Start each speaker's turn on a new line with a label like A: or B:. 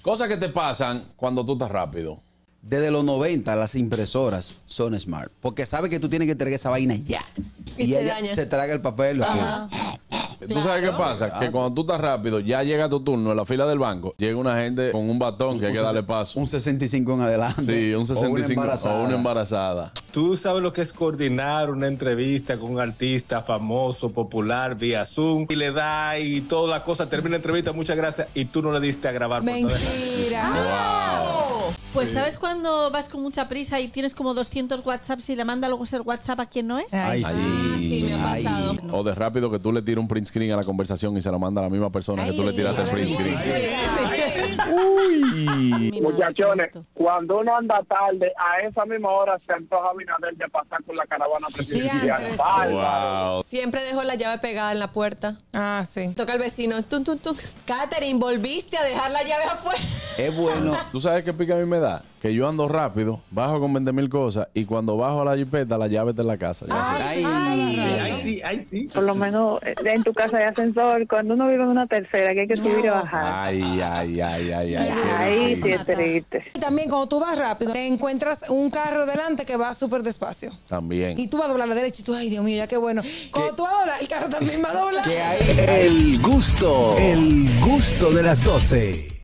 A: Cosas que te pasan cuando tú estás rápido.
B: Desde los 90 las impresoras son smart, porque sabe que tú tienes que entregar esa vaina ya.
C: Y se daña.
B: se traga el papel. lo
C: Ajá.
B: hace.
A: ¿Tú sabes qué pasa? Que cuando tú estás rápido, ya llega tu turno en la fila del banco. Llega una gente con un batón que hay que
B: Un
A: darle
B: ses-
A: paso.
B: Un 65 en adelante.
A: sí, un
B: O
A: 65
B: una embarazada.
A: O una embarazada.
D: Tú sabes lo que es coordinar una entrevista con un artista famoso, popular, vía Zoom, y le da y toda la cosa, termina la entrevista, muchas gracias, y tú no le diste a grabar. por todo eso.
E: Pues sabes cuando vas con mucha prisa y tienes como 200 WhatsApps y le manda luego ese WhatsApp a quien no es.
B: Ay,
C: Ah,
B: sí.
C: sí, me ha
B: Ay.
C: pasado.
A: O de rápido que tú le tiras un print screen a la conversación y se lo manda a la misma persona que tú le tiraste el print screen.
E: Mi madre,
F: Muchachones,
E: qué gusto.
F: cuando uno anda tarde, a esa misma hora se antoja Abinader de pasar con la caravana presidencial.
C: Diantres.
F: Bárbaro.
A: Wow.
C: Siempre dejo la llave pegada en la puerta.
G: Ah, sí.
C: Toca el vecino. Tun, tun, tun. Catherine, volviste a dejar la llave afuera.
B: Es bueno.
A: ¿Tú sabes qué pica a mí me da? Que yo ando rápido, bajo con 20 mil cosas y cuando bajo a la jipeta, la llave está en la casa. ya.
B: Ay,
D: Ay, sí, ay, sí.
H: Por lo menos eh, en tu casa hay ascensor. Cuando uno vive en una tercera, que hay que subir y bajar. e
A: Ay, ay, ay, ay, ay. qué
H: Ahí sí
A: difícil.
H: es triste.
G: Y también cuando tú vas rápido, te encuentras un carro delante que va súper despacio.
A: También.
G: Y tú vas a doblar a la derecha y tú, ay, Dios mío, ya qué bueno. Cuando tú vas a doblar, el carro también va a doblar.
B: que ahí
I: El gusto, el gusto de las 12.